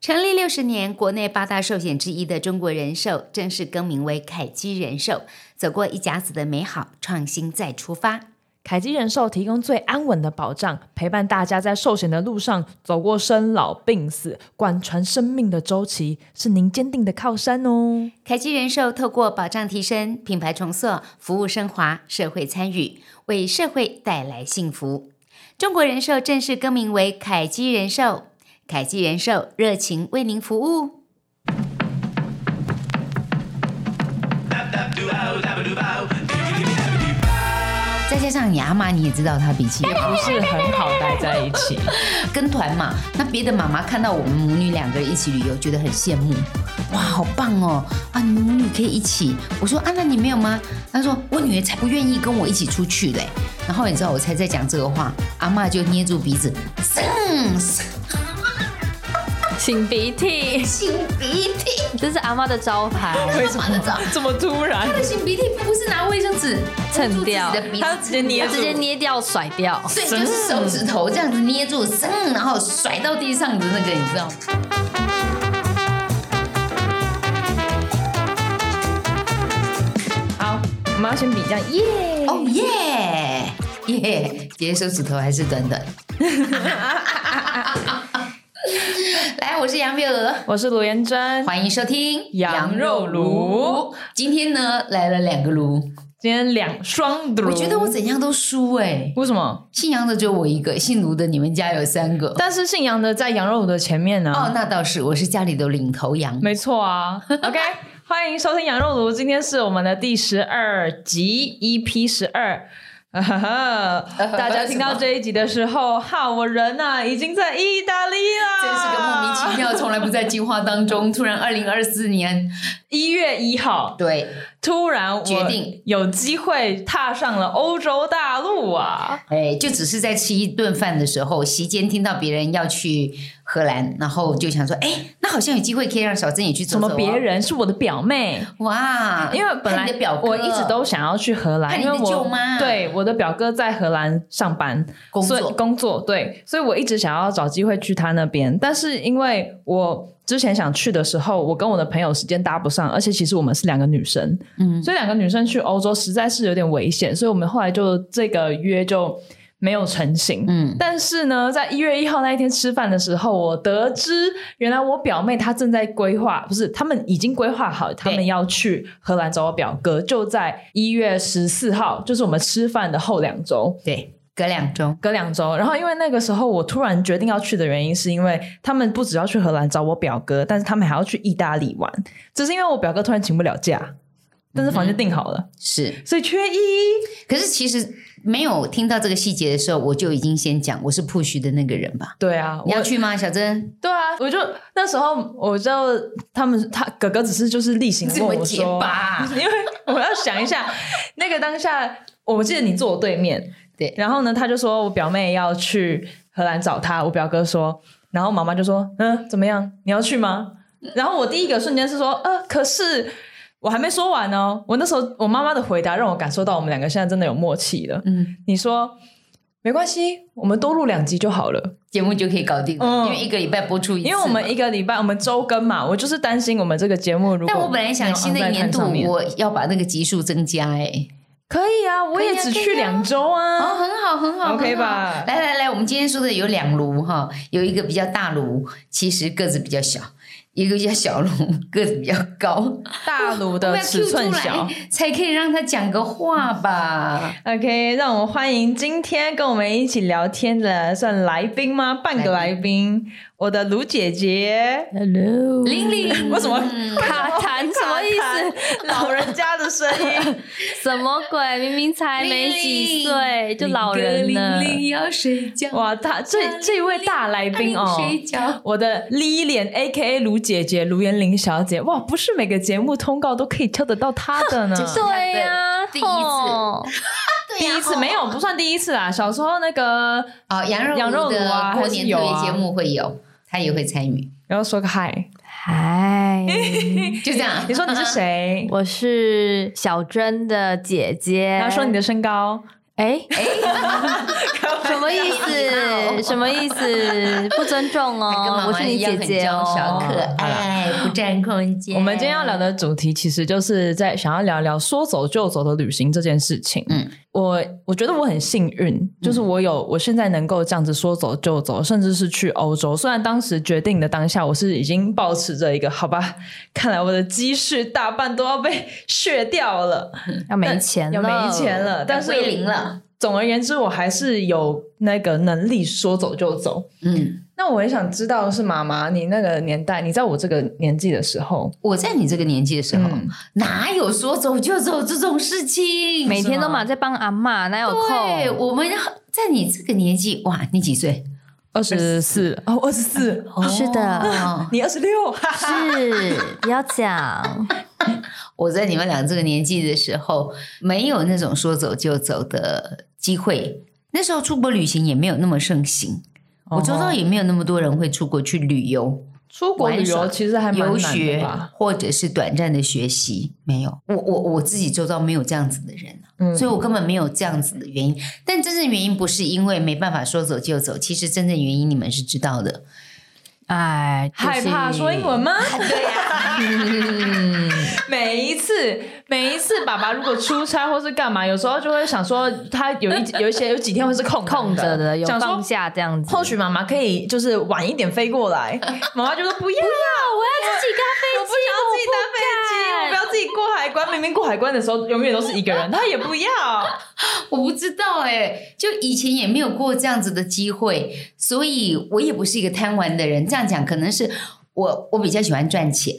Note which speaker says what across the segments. Speaker 1: 成立六十年，国内八大寿险之一的中国人寿正式更名为凯基人寿。走过一甲子的美好，创新再出发。
Speaker 2: 凯基人寿提供最安稳的保障，陪伴大家在寿险的路上走过生老病死，贯穿生命的周期，是您坚定的靠山哦。
Speaker 1: 凯基人寿透过保障提升、品牌重塑、服务升华、社会参与，为社会带来幸福。中国人寿正式更名为凯基人寿。凯基人寿热情为您服务。再加上牙嘛，你也知道他脾气
Speaker 2: 不是很好待在一起，
Speaker 1: 跟团嘛，那别的妈妈看到我们母女两个人一起旅游，觉得很羡慕，哇，好棒哦！啊，你们母女可以一起。我说啊，那你没有吗？她说我女儿才不愿意跟我一起出去嘞。然后你知道我才在讲这个话，阿嬷就捏住鼻子，嗯，
Speaker 3: 擤鼻涕，
Speaker 1: 擤鼻涕，
Speaker 3: 这是阿妈的招牌。
Speaker 2: 为什么
Speaker 1: 妈的照
Speaker 2: 这么突然？
Speaker 1: 她的擤鼻涕不是拿卫生纸
Speaker 3: 蹭掉
Speaker 1: 捂住自己的鼻子
Speaker 2: 她直接捏住
Speaker 3: 直接捏掉甩掉，
Speaker 1: 对，就是手指头这样子捏住，嗯，然后甩到地上的那个，你知道吗？
Speaker 2: 好，我们要先比较耶。
Speaker 1: 哦耶耶，姐姐手指头还是短 短。来，我是杨月娥，
Speaker 2: 我是卢元珍，
Speaker 1: 欢迎收听
Speaker 2: 羊肉炉。
Speaker 1: 今天呢，来了两个炉，
Speaker 2: 今天两双炉。
Speaker 1: 我觉得我怎样都输哎、
Speaker 2: 为什么？
Speaker 1: 姓杨的只有我一个，姓卢的你们家有三个。
Speaker 2: 但是姓杨的在羊肉炉的前面呢、
Speaker 1: 哦，那倒是，我是家里的领头羊。
Speaker 2: 没错啊。OK，欢 迎收听羊肉炉，今天是我们的第十二集，EP 十 二。大家听到这一集的时候，哈，我人呐、已经在意大利啦，
Speaker 1: 真是个莫名其妙，从来不在计划当中，突然二零二四年，
Speaker 2: 一月一号，
Speaker 1: 对，
Speaker 2: 突然我
Speaker 1: 决定
Speaker 2: 有机会踏上了欧洲大陆啊！
Speaker 1: 哎，就只是在吃一顿饭的时候，席间听到别人要去荷兰，然后就想说，哎，那好像有机会可以让小珍也去走
Speaker 2: 什
Speaker 1: 走、
Speaker 2: 么别？人是我的表妹，
Speaker 1: 哇，
Speaker 2: 因为本
Speaker 1: 看
Speaker 2: 来
Speaker 1: 你的表哥
Speaker 2: 我一直都想要去荷
Speaker 1: 看
Speaker 2: 兰，
Speaker 1: 你
Speaker 2: 因
Speaker 1: 的
Speaker 2: 为我
Speaker 1: 舅妈
Speaker 2: 对我的表哥在荷兰上班
Speaker 1: 工作
Speaker 2: 所以工作对，所以我一直想要找机会去他那边，但是因为我之前想去的时候，我跟我的朋友时间搭不上，而且其实我们是两个女生，
Speaker 1: 嗯
Speaker 2: 所以两个女生去欧洲实在是有点危险，所以我们后来就这个约就没有成型，
Speaker 1: 嗯，
Speaker 2: 但是呢，在一月一号那一天吃饭的时候，我得知原来我表妹她正在规划，不是，他们已经规划好，他们要去荷兰找我表哥，就在一月十四号，就是我们吃饭的后两周。
Speaker 1: 对，隔两周，
Speaker 2: 隔两周，然后因为那个时候我突然决定要去的原因，是因为他们不只要去荷兰找我表哥，但是他们还要去意大利玩，只是因为我表哥突然请不了假，但是房间订好了，
Speaker 1: 是。
Speaker 2: 所以缺一。
Speaker 1: 可是其实没有听到这个细节的时候，我就已经先讲我是 push 的那个人吧。
Speaker 2: 对啊，
Speaker 1: 你
Speaker 2: 我
Speaker 1: 要去吗，小珍？
Speaker 2: 对啊，我就那时候我就他们他哥哥只是就是例行地问我
Speaker 1: 你怎
Speaker 2: 说
Speaker 1: 么结巴啊，
Speaker 2: 因为我要想一下那个当下，我记得你坐我对面，
Speaker 1: 对
Speaker 2: 然后呢他就说我表妹要去荷兰找他，我表哥说，然后妈妈就说嗯怎么样你要去吗？然后我第一个瞬间是说呃可是。我还没说完哦，我那时候我妈妈的回答让我感受到我们两个现在真的有默契了。
Speaker 1: 嗯，
Speaker 2: 你说没关系，我们多录两集就好了。
Speaker 1: 节目就可以搞定了，
Speaker 2: 嗯
Speaker 1: 因为一个礼拜播出一次嘛。
Speaker 2: 因为我们一个礼拜我们周更嘛，我就是担心我们这个节目如果
Speaker 1: 但我本来
Speaker 2: 没
Speaker 1: 想
Speaker 2: 有
Speaker 1: 新的一
Speaker 2: on 在
Speaker 1: 年度
Speaker 2: 上面
Speaker 1: 我要把那个集数增加，哎，
Speaker 2: 可以啊，我也只去两周
Speaker 1: 哦，
Speaker 2: 啊。
Speaker 1: 很好，很好很
Speaker 2: OK
Speaker 1: 好
Speaker 2: 吧
Speaker 1: 来来来，我们今天说的有两炉哈，有一个比较大炉，其实个子比较小；一个比较小炉，个子比较高。
Speaker 2: 大鲁
Speaker 1: 我
Speaker 2: 的
Speaker 1: 要 Q
Speaker 2: 尺寸
Speaker 1: 出
Speaker 2: 小
Speaker 1: 来，才可以让他讲个话 吧。
Speaker 2: ，OK，让我们欢迎今天跟我们一起聊天的算来宾吗？半个来宾，我的卢姐姐。
Speaker 3: Hello，
Speaker 1: 玲玲，
Speaker 2: 为什么
Speaker 3: 卡痰什么意思？
Speaker 2: 思？老人家的声音，
Speaker 3: 什么鬼？明明才没几岁就老人了
Speaker 1: 玲。玲要睡觉，
Speaker 2: 哇，大这这一位大来宾哦，
Speaker 1: 睡觉。
Speaker 2: 我的 Lilian A K A 卢姐姐卢元玲小姐，哇，不是每个节目通告都可以挑得到她的 呢。
Speaker 3: 对呀，
Speaker 1: 第一次
Speaker 3: 吼
Speaker 2: 第一次没有，不算第一次啦。小时候那个
Speaker 1: 哦，羊肉
Speaker 2: 羊肉
Speaker 1: 炉
Speaker 2: 炉
Speaker 1: 的
Speaker 2: 啊
Speaker 1: 过
Speaker 2: 还是
Speaker 1: 年
Speaker 2: 有
Speaker 1: 特
Speaker 2: 啊
Speaker 1: 别节目会有，他也会参与，
Speaker 2: 然后说个嗨，
Speaker 3: 嗨，
Speaker 1: 就这 样。
Speaker 2: 你说你是谁？
Speaker 3: 我是小珍的姐姐。
Speaker 2: 然后说你的身高，
Speaker 3: 哎哎，什么意思？什么意思？不尊重
Speaker 1: 跟
Speaker 3: 哦
Speaker 1: 妈，
Speaker 3: 我
Speaker 1: 妈
Speaker 3: 是你
Speaker 1: 一样
Speaker 3: 姐
Speaker 1: 很
Speaker 3: 姐
Speaker 1: 娇小
Speaker 3: 哦。
Speaker 1: 可爱，不占空间。
Speaker 2: 我们今天要聊的主题，其实就是在想要聊聊说走就走的旅行这件事情。
Speaker 1: 嗯，
Speaker 2: 我我觉得我很幸运，就是我有我现在能够这样子说走就走，甚至是去欧洲。虽然当时决定的当下，我是已经保持着一个好吧， 看来我的积蓄大半都要被削掉了，
Speaker 3: 要没钱了，
Speaker 2: 要没钱。了，但是
Speaker 1: 归零了。
Speaker 2: 总而言之，我还是有那个能力说走就走。
Speaker 1: 嗯，
Speaker 2: 那我也想知道，是妈妈，你那个年代，你在我这个年纪的时候，
Speaker 1: 我在你这个年纪的时候，
Speaker 2: 嗯
Speaker 1: 哪有说走就走这种事情？
Speaker 3: 每天
Speaker 2: 是吗
Speaker 3: 都嘛在帮阿嬷，哪有
Speaker 1: 对，
Speaker 3: 空？
Speaker 1: 我们在你这个年纪，哇，你几岁？
Speaker 2: 二十四哦，二十四，
Speaker 3: 是 的，
Speaker 1: 哦，
Speaker 2: 你二十六，
Speaker 3: 是不要讲，
Speaker 1: 我在你们俩这个年纪的时候，没有那种说走就走的机会。那时候出国旅行也没有那么盛行，我周
Speaker 3: 哦
Speaker 1: 遭也没有那么多人会出国去旅游、
Speaker 2: 出国旅游其实还蛮
Speaker 1: 游
Speaker 2: 难的
Speaker 1: 学
Speaker 2: 吧？
Speaker 1: 或者是短暂的学习。没有，我我我自己周遭没有这样子的人啊、
Speaker 2: 嗯
Speaker 1: 所以我根本没有这样子的原因。但真正原因不是因为没办法说走就走，其实真正原因你们是知道的。
Speaker 3: 哎，就是
Speaker 2: 害怕说英 文吗？
Speaker 1: 对呀、
Speaker 2: 每一次，每一次，爸爸如果出差或是干嘛，有时候就会想说，他有一有一些有几天会是空
Speaker 3: 空着的，
Speaker 2: 的，
Speaker 3: 有
Speaker 2: 想说
Speaker 3: 放假这样子。
Speaker 2: 或许妈妈可以就是晚一点飞 过来，妈妈就说不要，
Speaker 3: 我要自己搭
Speaker 2: 我不想要自己搭飞机，我不要自己过海关。明明过海关的时候永远都是一个人，她也不 要。
Speaker 1: 我不知道哎、就以前也没有过这样子的机会，所以我也不是一个贪玩的人。这样讲可能是我我比较喜欢赚钱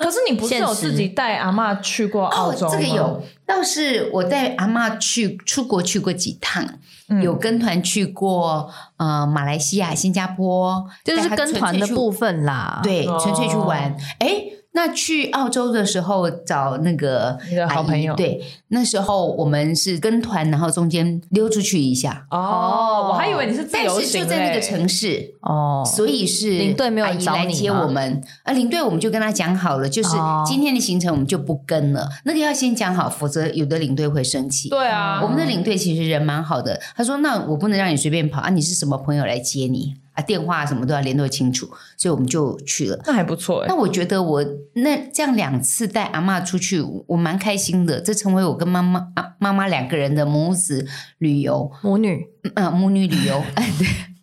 Speaker 2: 可是你不是有自己带阿嬷去过澳洲吗？
Speaker 1: 哦这个有，倒是我带阿嬷去出国去过几趟，
Speaker 2: 嗯
Speaker 1: 有跟团去过呃马来西亚、新加坡，
Speaker 3: 就是
Speaker 1: 带她
Speaker 3: 跟团
Speaker 1: 纯
Speaker 3: 的
Speaker 1: 粹去
Speaker 3: 部分啦。，
Speaker 1: 对，
Speaker 2: 哦
Speaker 1: 纯粹去玩。哎、那去澳洲的时候找那个
Speaker 2: 你的好
Speaker 1: 阿姨
Speaker 2: 朋友
Speaker 1: 对，那时候我们是跟团，然后中间溜出去一下，
Speaker 2: 哦，我还以为你是自
Speaker 1: 但
Speaker 2: 由
Speaker 1: 是
Speaker 2: 行
Speaker 1: 就
Speaker 2: 嘞，
Speaker 1: 在那个城市。
Speaker 3: 哦，
Speaker 1: 所以是
Speaker 3: 领队没有
Speaker 1: 阿姨
Speaker 3: 找
Speaker 1: 来
Speaker 3: 你
Speaker 1: 接
Speaker 3: 吗
Speaker 1: 我们，啊，领队我们就跟他讲好了，就是
Speaker 3: 哦
Speaker 1: 今天的行程我们就不跟了，那个要先讲好，否则有的领队会生气。
Speaker 2: 对啊，
Speaker 1: 我们的领队其实人蛮好的，他说：“那我不能让你随便跑啊，你是什么朋友来接你啊？电话什么都要联络清楚。”所以我们就去了。
Speaker 2: 那还不错哎
Speaker 1: 那。我觉得我那这样两次带阿嬷出去，我我蛮开心的。这成为我跟妈妈、啊、妈妈两个人的母子旅游，
Speaker 3: 母女
Speaker 1: 嗯呃，母女旅游，哎，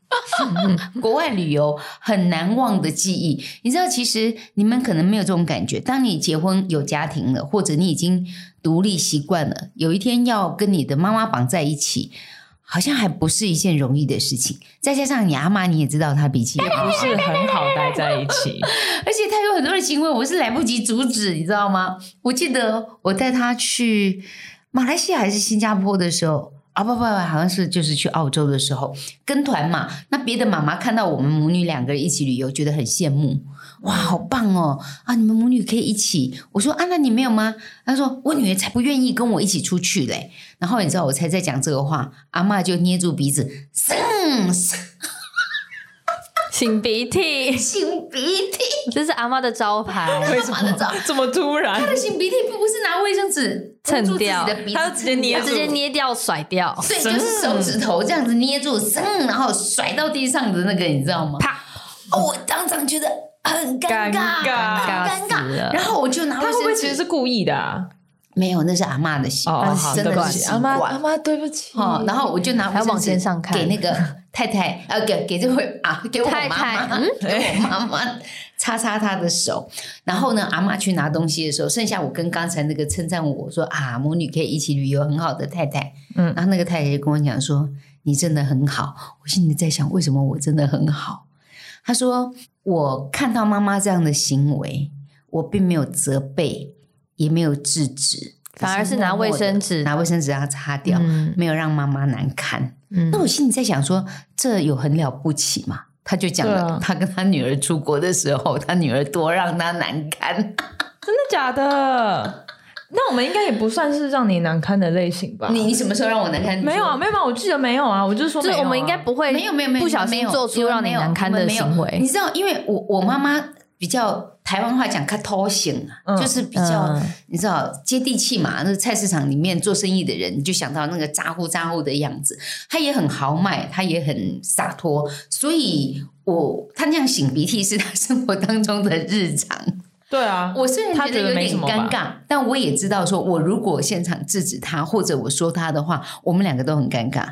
Speaker 1: 对，国外旅游很难忘的记忆。你知道，其实你们可能没有这种感觉。当你结婚有家庭了，或者你已经独立习惯了，有一天要跟你的妈妈绑在一起。好像还不是一件容易的事情，再加上你阿妈，你也知道她脾气也不
Speaker 2: 不是很好待在一 起，
Speaker 1: 而且他有很多的行为，我是来不及阻止，你知道吗？我记得我带他去马来西亚还是新加坡的时候，啊不不不，好像是就是去澳洲的时候跟团嘛。那别的妈妈看到我们母女两个人一起旅游，觉得很羡慕，哇，好棒哦！啊，你们母女可以一起。我说啊，那你没有吗？她说我女儿才不愿意跟我一起出去嘞。然后你知道我才在讲这个话，阿嬷就捏住鼻子，嗯，
Speaker 3: 擤鼻 涕，
Speaker 1: 擤鼻涕。
Speaker 3: 这是阿妈的 招牌。
Speaker 2: 为什么这么突然？
Speaker 1: 不行，鼻涕并不是拿卫生纸
Speaker 3: 蹭
Speaker 1: 捂住自己
Speaker 3: 掉
Speaker 1: 的鼻子，
Speaker 2: 它直接捏住
Speaker 3: 直接捏掉甩掉，
Speaker 1: 对，就是手指头这样子捏住，嗯，然后甩到地上的那个，你知道吗？
Speaker 3: 啪！
Speaker 1: 哦，我当场觉得很尴很
Speaker 2: 尴尬
Speaker 1: 尴
Speaker 3: 尴尬死
Speaker 1: 尬。
Speaker 3: 了
Speaker 1: 然后我就拿
Speaker 2: 他
Speaker 1: 卫
Speaker 2: 会不会
Speaker 1: 生
Speaker 2: 其实
Speaker 1: 纸，
Speaker 2: 是故意的啊？
Speaker 1: 没有，那是阿嬷的习
Speaker 2: 哦，
Speaker 1: 惯，
Speaker 2: 好，
Speaker 1: 真
Speaker 2: 对
Speaker 1: 的
Speaker 2: 不
Speaker 1: 是
Speaker 2: 起，
Speaker 1: 习
Speaker 2: 阿妈，阿
Speaker 1: 惯。
Speaker 2: 妈，对不起。
Speaker 1: 哦，然后我就拿卫
Speaker 3: 还要往
Speaker 1: 生
Speaker 3: 前
Speaker 1: 纸
Speaker 3: 上看
Speaker 1: 给那 个太太，呃，给给这位啊，给我妈
Speaker 3: 太太
Speaker 1: 妈，
Speaker 3: 嗯
Speaker 1: 给我妈妈擦擦她的手。然后呢，阿妈去拿东西的时候，剩下我跟刚才那个称赞我说啊，母女可以一起旅游，很好的太太。
Speaker 2: 嗯
Speaker 1: 然后那个太太就跟我讲说：“你真的很好。”我心里在想，为什么我真的很好？她说：“我看到妈妈这样的行为，我并没有责备，也没有制止，
Speaker 3: 反而是拿
Speaker 1: 默默
Speaker 3: 卫
Speaker 1: 地
Speaker 3: 生纸
Speaker 1: 拿卫生纸让它擦掉，
Speaker 3: 嗯
Speaker 1: 没有让妈妈难堪。”
Speaker 3: 嗯
Speaker 1: 那我心里在想说，这有很了不起吗？他就讲
Speaker 2: 对
Speaker 1: 了
Speaker 2: 啊，
Speaker 1: 他跟他女儿出国的时候，他女儿多让他难堪。
Speaker 2: 真的假的？那我们应该也不算是让你难堪的类型吧？
Speaker 1: 你你什么时候让我难堪？
Speaker 2: 没有啊，
Speaker 1: 你
Speaker 2: 没有啊，我记得没有啊，我就是说
Speaker 3: 就
Speaker 2: 没有
Speaker 3: 是
Speaker 2: 啊，
Speaker 3: 我们应该不会
Speaker 1: 说，没有没有没有，
Speaker 3: 不小
Speaker 1: 你们没
Speaker 3: 心
Speaker 1: 有
Speaker 3: 做出让你难堪的行
Speaker 1: 你们没有你
Speaker 3: 为。
Speaker 1: 知道，因为我我妈妈比较台湾话讲“卡偷型”啊，
Speaker 2: 嗯
Speaker 1: 就是比较、
Speaker 3: 嗯
Speaker 1: 你知道接地气嘛。那菜市场里面做生意的人，你就想到那个咋呼咋呼的样子，他也很豪迈，他也很洒脱，所以我他那样擤鼻涕是他生活当中的日常。
Speaker 2: 对啊，
Speaker 1: 我虽然
Speaker 2: 他
Speaker 1: 觉得
Speaker 2: 觉得
Speaker 1: 有
Speaker 2: 没
Speaker 1: 点
Speaker 2: 什么
Speaker 1: 尴
Speaker 2: 吧
Speaker 1: 尬，但我也知道，说我如果现场制止他，或者我说他的话，我们两个都很尴尬。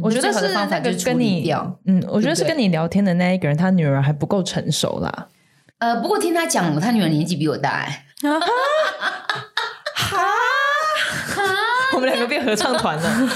Speaker 2: 我觉得
Speaker 1: 最好的
Speaker 2: 是
Speaker 1: 方法
Speaker 2: 那个
Speaker 1: 就是
Speaker 2: 跟
Speaker 1: 处理
Speaker 2: 你
Speaker 1: 掉，
Speaker 2: 嗯，我觉得是
Speaker 1: 对不对
Speaker 2: 跟你聊天的那一个人，他女儿还不够成熟啦。
Speaker 1: 呃，不过听他讲，他女儿年纪比我大、哎，
Speaker 2: 我们两个变合唱团了，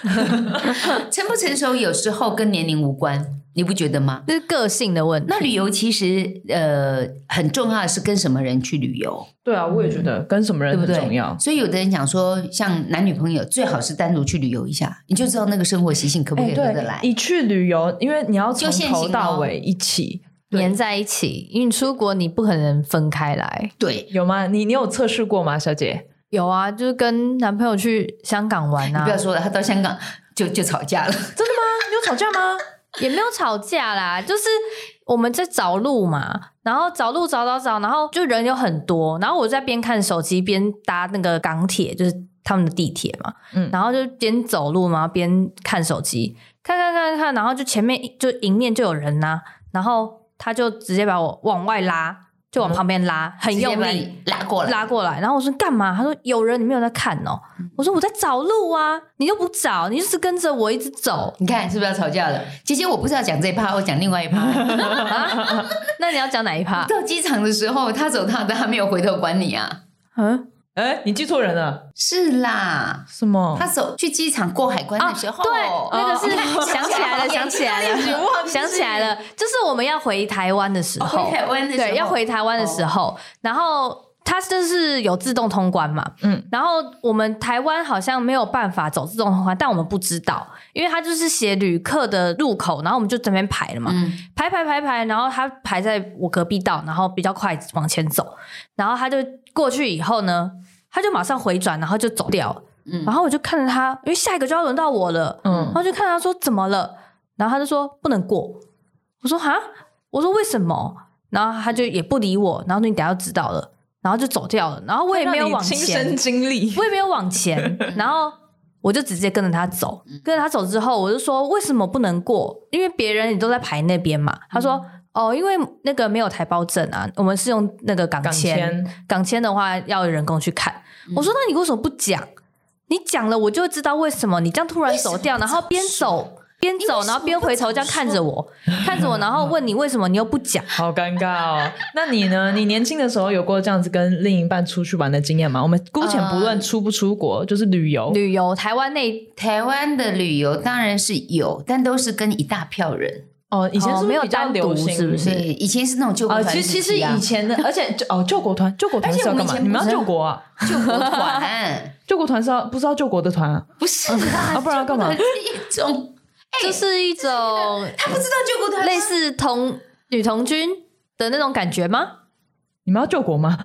Speaker 1: 成不成熟有时候跟年龄无关，你不觉得吗？
Speaker 3: 这是个性的问题。
Speaker 1: 那旅游其实呃很重要的是跟什么人去旅游，
Speaker 2: 对啊，我也觉得跟什么
Speaker 1: 对
Speaker 2: 人
Speaker 1: 不
Speaker 2: 很
Speaker 1: 对？
Speaker 2: 重要。
Speaker 1: 所以有的人讲说，像男女朋友最好是单独去旅游一下，你就知道那个生活习性可不可
Speaker 2: 哎
Speaker 1: 以合得来。
Speaker 2: 你去旅游，因为你要从
Speaker 1: 就现
Speaker 2: 头
Speaker 1: 行
Speaker 2: 到
Speaker 1: 哦
Speaker 2: 尾一起，
Speaker 3: 粘在一起，因为你出国你不可能分开来。
Speaker 1: 对，
Speaker 2: 有吗？你你有测试过吗，小姐？
Speaker 3: 有啊，就是跟男朋友去香港玩
Speaker 1: 你
Speaker 3: 啊
Speaker 1: 不，要说了，他到香港就就吵架了。
Speaker 2: 真的吗？ 你有吵架吗？
Speaker 3: 也没有吵架啦，就是我们在找路嘛，然后找路找找找，然后就人有很多，然后我在边看手机边搭那个港铁，就是他们的地铁嘛，
Speaker 2: 嗯
Speaker 3: 然后就边走路嘛边看手机，看看看看，然后就前面就迎面就有人呐、然后他就直接把我往外拉，就往旁边拉，很
Speaker 1: 嗯
Speaker 3: 用
Speaker 1: 直
Speaker 3: 力
Speaker 1: 接。把你拉过来，嗯。
Speaker 3: 拉过来，然后我说干嘛？他说有人，你没有在看哦。我说我在找路啊，你又不找，你就是跟着我一直走
Speaker 1: 你看是不是要吵架了？姐姐，我不是要讲这一趴，我讲另外一 趴。
Speaker 3: 啊、那你要讲哪一趴？
Speaker 1: 到机场的时候，他走他的，他没有回头管你啊。
Speaker 3: 嗯
Speaker 2: 哎，你记错人了，
Speaker 1: 是啦，
Speaker 2: 什么
Speaker 1: 他？走去机场过海关
Speaker 3: 啊，
Speaker 1: 的时
Speaker 3: 嗯对
Speaker 1: 候，，
Speaker 3: 那个是
Speaker 1: 哦
Speaker 3: 想起来 了，想起来
Speaker 1: 你
Speaker 3: 了，
Speaker 1: 忘记
Speaker 3: 想起来了，就是我们要回台湾的时候
Speaker 1: 回，台湾的时候，
Speaker 3: 对，要回台湾的时候，然后。它就是有自动通关嘛，
Speaker 2: 嗯
Speaker 3: 嗯，然后我们台湾好像没有办法走自动通关，但我们不知道，因为它就是写旅客的入口，然后我们就这边排了嘛，
Speaker 1: 嗯，
Speaker 3: 排排排排，然后他排在我隔壁道，然后比较快往前走，然后他就过去以后呢，他就马上回转，然后就走掉了。
Speaker 1: 嗯
Speaker 3: 然后我就看着他，因为下一个就要轮到我了，然
Speaker 2: 嗯，
Speaker 3: 后就看他说怎么了，然后他就说不能过。我说哈，我说为什么？然后他就也不理我，然后说你等下就知道了，然后就走掉了。然后我也没有
Speaker 2: 让你
Speaker 3: 往
Speaker 2: 亲
Speaker 3: 前
Speaker 2: 身，经历，
Speaker 3: 我也没有往前， 然后我就直接跟着他走，跟着他走之后，我就说为什么不能过？因为别人你都在排那边嘛。他说、
Speaker 1: 嗯
Speaker 3: 哦，因为那个没有台胞证啊，我们是用那个港
Speaker 2: 港
Speaker 3: 签，
Speaker 2: 签，
Speaker 3: 港签的话要人工去看。
Speaker 1: 嗯
Speaker 3: 我说那你为什么不讲？你讲了我就会知道为什么你这样突然走掉，
Speaker 1: 为什么不
Speaker 3: 然后边走。边走，然后边回头这样看 着我，看着我，然后问你为什么你又不讲？
Speaker 2: 好尴尬哦。那你呢？你年轻的时候有过这样子跟另一半出去玩的经验吗？我们姑且不
Speaker 1: 呃
Speaker 2: 论出不出国，就是旅
Speaker 1: 哦
Speaker 2: 游。
Speaker 3: 旅游台湾那
Speaker 1: 台湾的旅游当然是有，但都是跟一大票人，
Speaker 2: 哦，以前
Speaker 3: 哦
Speaker 2: 是不
Speaker 3: 没有
Speaker 2: 是比较
Speaker 3: 单独
Speaker 2: 流行，
Speaker 3: 是不是哦
Speaker 1: 所以以前是那种旧
Speaker 2: 啊，
Speaker 1: 国团
Speaker 2: 其
Speaker 1: 时
Speaker 2: 实其实
Speaker 1: 期啊
Speaker 2: 以前的，而且就哦救国团，救国团
Speaker 1: 而且
Speaker 2: 是要
Speaker 1: 我们
Speaker 2: 干嘛？
Speaker 1: 以前
Speaker 2: 你们
Speaker 1: 不
Speaker 2: 要
Speaker 1: 是
Speaker 2: 救国啊？
Speaker 1: 旧国团
Speaker 2: 救国团是要不是要救国的团啊？
Speaker 1: 不是啦，
Speaker 3: 哦
Speaker 2: 啊不然要干嘛
Speaker 1: 旧国团是一种
Speaker 3: 就是一种
Speaker 1: 他不知道救国团
Speaker 3: 类似同女童军的那种感觉吗？
Speaker 2: 你们要救国 吗？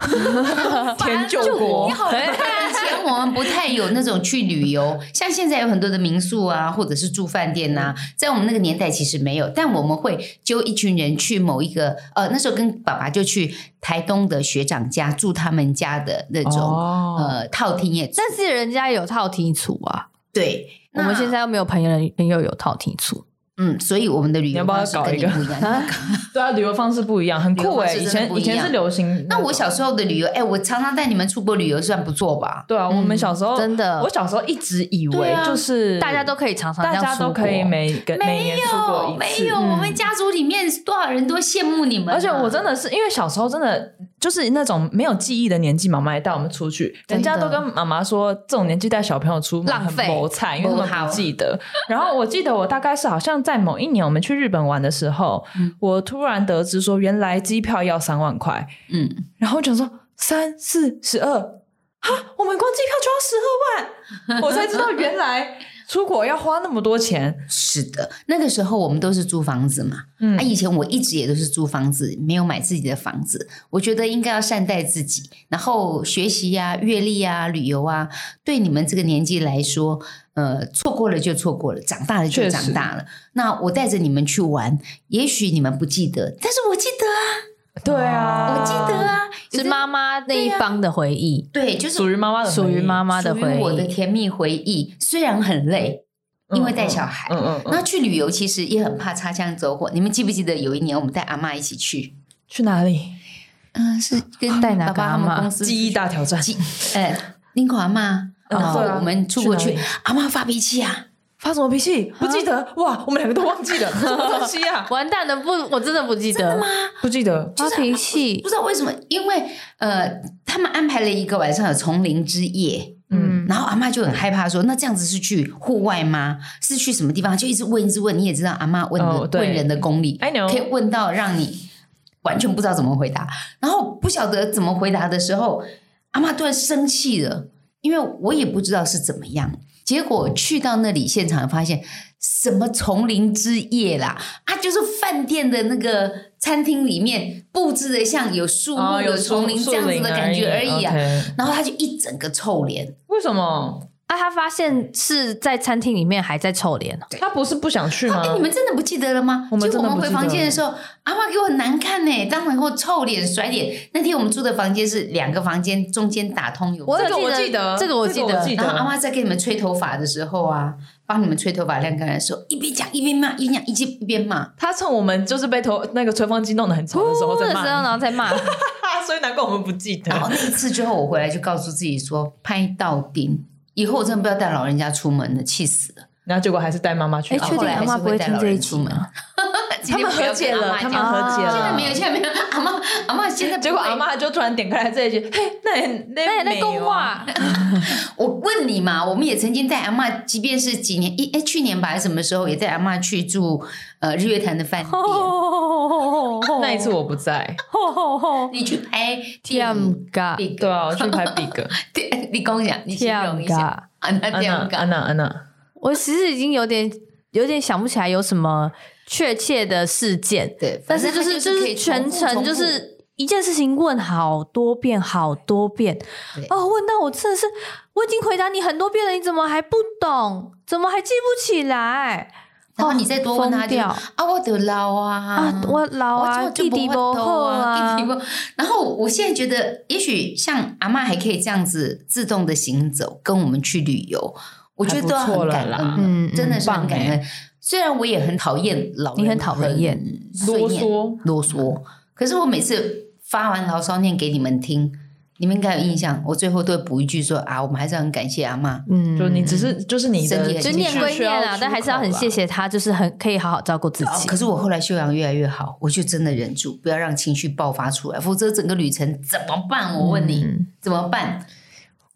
Speaker 2: 天 救国
Speaker 1: 你，好
Speaker 3: 哎
Speaker 1: 啊烦以前我们不太有那种去旅游，像现在有很多的民宿啊，或者是住饭店呐、
Speaker 2: 嗯
Speaker 1: 在我们那个年代其实没有，但我们会揪一群人去某一个，呃，那时候跟爸爸就去台东的学长家住他们家的那种、
Speaker 2: 哦，
Speaker 1: 呃套厅也住
Speaker 3: 但是人家有套题处啊，
Speaker 1: 对。
Speaker 3: 我们现在又没有朋友朋友有套题处，
Speaker 1: 嗯，所以我们的旅
Speaker 2: 你
Speaker 1: 游
Speaker 2: 要不要
Speaker 1: 方式
Speaker 2: 搞
Speaker 1: 跟
Speaker 2: 一
Speaker 1: 你
Speaker 2: 个
Speaker 1: 不一样。
Speaker 2: 对啊，旅游方式不一样，很
Speaker 1: 旅游
Speaker 2: 酷
Speaker 1: 方式
Speaker 2: 哎。以
Speaker 1: 真的
Speaker 2: 前
Speaker 1: 不一
Speaker 2: 以前
Speaker 1: 样
Speaker 2: 是流行
Speaker 1: 那
Speaker 2: 种
Speaker 1: 我小时候的旅游，哎、我常常带你们出国旅游，算不错吧？
Speaker 2: 对啊，我们
Speaker 3: 嗯
Speaker 2: 小时候
Speaker 3: 真的
Speaker 2: 我小时候一直以
Speaker 1: 对
Speaker 2: 为
Speaker 1: 啊
Speaker 2: 就是
Speaker 3: 大家都可以常常这
Speaker 2: 大
Speaker 3: 样
Speaker 2: 家
Speaker 3: 出
Speaker 2: 都
Speaker 3: 国
Speaker 2: 可以每个每年出国一
Speaker 1: 哦没
Speaker 2: 次嗯
Speaker 1: 有，。我们家族里面多少人多羡慕你们啊、
Speaker 2: 而且我真的是因为小时候真的就是那种没有记忆的年纪，妈妈也带我们出去，
Speaker 1: 真
Speaker 2: 人
Speaker 1: 的
Speaker 2: 家都跟妈妈说这种年纪带小朋友出门
Speaker 3: 浪
Speaker 2: 很
Speaker 3: 费
Speaker 2: 谋菜，因为他
Speaker 1: 不
Speaker 2: 们
Speaker 1: 好
Speaker 2: 不记得。然后我记得我大概是好像在某一年我们去日本玩的时候，我突然得知说原来机票要三万块，
Speaker 1: 嗯。
Speaker 2: 然后我想说三四十二，哈，我们光机票就要十二万，我才知道原来出国要花那么多钱。
Speaker 1: 是的，那个时候我们都是租房子嘛。
Speaker 2: 嗯
Speaker 1: 啊，以前我一直也都是租房子，没有买自己的房子。我觉得应该要善待自己，然后学习呀、阅历呀、旅游啊，对你们这个年纪来说，呃，错过了就错过了，长大了就
Speaker 2: 确
Speaker 1: 长
Speaker 2: 实
Speaker 1: 大了。那我带着你们去玩，也许你们不记得，但是我记得啊。
Speaker 2: 对啊，
Speaker 1: 我记得啊，有
Speaker 3: 是
Speaker 1: 这
Speaker 3: 妈妈那一方的回忆，
Speaker 1: 对，就是
Speaker 2: 属于妈妈的回忆，
Speaker 3: 属于妈妈的
Speaker 1: 属于
Speaker 3: 回
Speaker 1: 我的
Speaker 3: 忆。
Speaker 1: 甜蜜回忆，虽然很累，因为带小孩
Speaker 2: 嗯，嗯嗯，
Speaker 1: 那去旅游其实也很怕擦枪走火。你们记不记得有一年我们带阿妈一起去？
Speaker 2: 去哪里？
Speaker 1: 嗯，是跟
Speaker 3: 带哪
Speaker 1: 爸
Speaker 3: 个
Speaker 1: 爸他
Speaker 3: 阿嬷
Speaker 1: 们公司
Speaker 2: 记忆大挑战，
Speaker 1: 记，呃，林口阿妈，
Speaker 2: 嗯
Speaker 1: 然后
Speaker 2: 对啊
Speaker 1: 我们出国
Speaker 2: 去
Speaker 1: 去
Speaker 2: 哪里，
Speaker 1: 阿妈发脾气啊，
Speaker 2: 发什么脾气？不记得哇，我们两个都忘 记了，什么东西啊？
Speaker 3: 完蛋了，不，我真的不记得
Speaker 2: 不记得，
Speaker 3: 发脾气
Speaker 1: 不。知道为什么，因为呃，他们安排了一个晚上的丛林之夜。
Speaker 2: 嗯
Speaker 3: 嗯，
Speaker 1: 然后阿妈就很害怕说：“那这样子是去户外吗？是去什么地方？”就一直问，一直问。你也知道，阿妈问的、
Speaker 2: 哦对
Speaker 1: 问人的功力
Speaker 2: I know
Speaker 1: 可以问到让你完全不知道怎么回答。然后不晓得怎么回答的时候，阿妈突然生气了，因为我也不知道是怎么样。结果去到那里现场，发现什么丛林之夜啦，啊，就是饭店的那个餐厅里面布置的像有树木、
Speaker 2: 哦
Speaker 1: 有丛林这样子的感觉而已啊。
Speaker 2: OK
Speaker 1: 然后他就一整个臭脸。
Speaker 2: 为什么
Speaker 3: 啊，他发现是在餐厅里面还在臭脸哦，
Speaker 2: 他不是不想去吗
Speaker 1: 哎、？你们真的不记得了吗？
Speaker 2: 我们
Speaker 1: 结果
Speaker 2: 真的
Speaker 1: 我
Speaker 2: 不
Speaker 1: 们回
Speaker 2: 记得
Speaker 1: 房间
Speaker 2: 了
Speaker 1: 的时候，阿妈给我很难看呢，当然后臭脸甩脸。那天我们住的房间是两个房间，中间打通有。
Speaker 3: 我
Speaker 2: 这个
Speaker 3: 我
Speaker 2: 我
Speaker 3: 记
Speaker 2: 记
Speaker 3: 得
Speaker 2: 得，
Speaker 3: 这个我记得
Speaker 2: 记
Speaker 1: 然后阿
Speaker 2: 得。
Speaker 1: 妈在给你们吹头发的时候啊，帮你们吹头发晾干的时候，一边讲一边骂，一边讲一边一边 骂。
Speaker 2: 他趁我们就是被头那个吹风机弄得很吵的时
Speaker 1: 哦
Speaker 2: 候
Speaker 3: 哭的
Speaker 2: 在
Speaker 3: 哦时候
Speaker 1: 啊
Speaker 2: 骂，
Speaker 3: 然后 再骂，
Speaker 2: 所以难怪我们不记得
Speaker 1: 然。后那一次之后，我回来就告诉自己说，拍到顶，以后我真的不要带老人家出门了，确实了。
Speaker 2: 然后结果还是带妈妈去
Speaker 3: 哎，
Speaker 2: 啊
Speaker 1: 后
Speaker 3: 确定
Speaker 1: 来还
Speaker 3: 阿妈
Speaker 1: 是
Speaker 3: 不
Speaker 1: 会
Speaker 3: 会
Speaker 1: 带
Speaker 3: 听
Speaker 1: 老
Speaker 3: 这一
Speaker 1: 人
Speaker 3: 集
Speaker 1: 出门
Speaker 3: 吗？
Speaker 1: 今
Speaker 2: 他
Speaker 1: 天
Speaker 2: 们
Speaker 1: 不要
Speaker 2: 和解
Speaker 1: 跟阿
Speaker 2: 了，
Speaker 1: 嬷
Speaker 2: 他们
Speaker 1: 讲
Speaker 2: 和解了。
Speaker 3: 啊
Speaker 1: 现在没有，现在没有， 阿妈阿妈现在不
Speaker 2: 结果
Speaker 1: 会
Speaker 2: 阿妈就突然点开来这一句：“嘿，那那那
Speaker 3: 那那公，
Speaker 1: 啊
Speaker 3: 话，
Speaker 2: 啊
Speaker 1: 我问你嘛，我们也曾经带阿嬷，即便是几年一哎去年吧，还是什么时候也带阿嬷去住呃日月潭的 饭店，
Speaker 3: 哦
Speaker 2: 那一次 我不在，
Speaker 1: 你去拍电影，
Speaker 3: 天嘎，
Speaker 1: 你
Speaker 2: 对啊，我去拍 Big
Speaker 1: 对你跟我讲，你形容
Speaker 3: 天
Speaker 1: 一下
Speaker 3: 嘎。
Speaker 1: 啊，那这
Speaker 2: 安
Speaker 1: 样
Speaker 2: 娜安
Speaker 1: 干，
Speaker 2: 娜安娜，
Speaker 3: 我其实已经有点有点想不起来有什么确切的事件，
Speaker 1: 对，
Speaker 3: 但
Speaker 1: 反
Speaker 3: 是
Speaker 1: 正
Speaker 3: 就
Speaker 1: 他是
Speaker 3: 是就
Speaker 1: 可
Speaker 3: 是
Speaker 1: 以
Speaker 3: 全
Speaker 1: 重复
Speaker 3: 程
Speaker 1: 重
Speaker 3: 就
Speaker 1: 复
Speaker 3: 是一件事情问好多遍好多遍
Speaker 1: 对，
Speaker 3: 哦，问到我真的是我已经回答你很多遍了，你怎么还不懂？怎么还记不起来？
Speaker 1: 然后
Speaker 3: 哦
Speaker 1: 你再多问他
Speaker 3: 疯
Speaker 1: 就
Speaker 3: 掉
Speaker 1: 啊，我得老啊，
Speaker 3: 啊，我老啊，
Speaker 1: 我
Speaker 3: 弟弟不
Speaker 1: 厚
Speaker 3: 厚啊
Speaker 1: 弟弟，不。然后我现在觉得，也许像阿嬷还可以这样子自动的行走，跟我们去旅游，我觉得都
Speaker 2: 还不错
Speaker 1: 很
Speaker 2: 了
Speaker 1: 感
Speaker 2: 啦
Speaker 1: 恩，
Speaker 3: 嗯嗯
Speaker 1: 真的是很
Speaker 2: 棒
Speaker 1: 感
Speaker 2: 欸
Speaker 1: 恩。虽然我也很讨厌老人，
Speaker 3: 你很讨人厌、
Speaker 1: 碎
Speaker 2: 啰
Speaker 1: 念
Speaker 2: 嗦，
Speaker 1: 啰嗦，可是我每次发完牢骚念给你们听。你们应该有印象，我最后都会补一句说啊，我们还是很感谢阿嬷。
Speaker 3: 嗯
Speaker 2: 就你只是就是你
Speaker 1: 身
Speaker 2: 的
Speaker 1: 体很
Speaker 3: 就
Speaker 1: 情
Speaker 3: 念
Speaker 1: 绪
Speaker 3: 归念啊，但还是要很谢。谢他，就是很可以好好照顾自
Speaker 1: 哦
Speaker 3: 己
Speaker 1: 可。是我后来修养越来越好，我就真的忍住，不要让情绪爆发出来，否则整个旅程怎么办？我问你、
Speaker 3: 嗯
Speaker 1: 怎么办？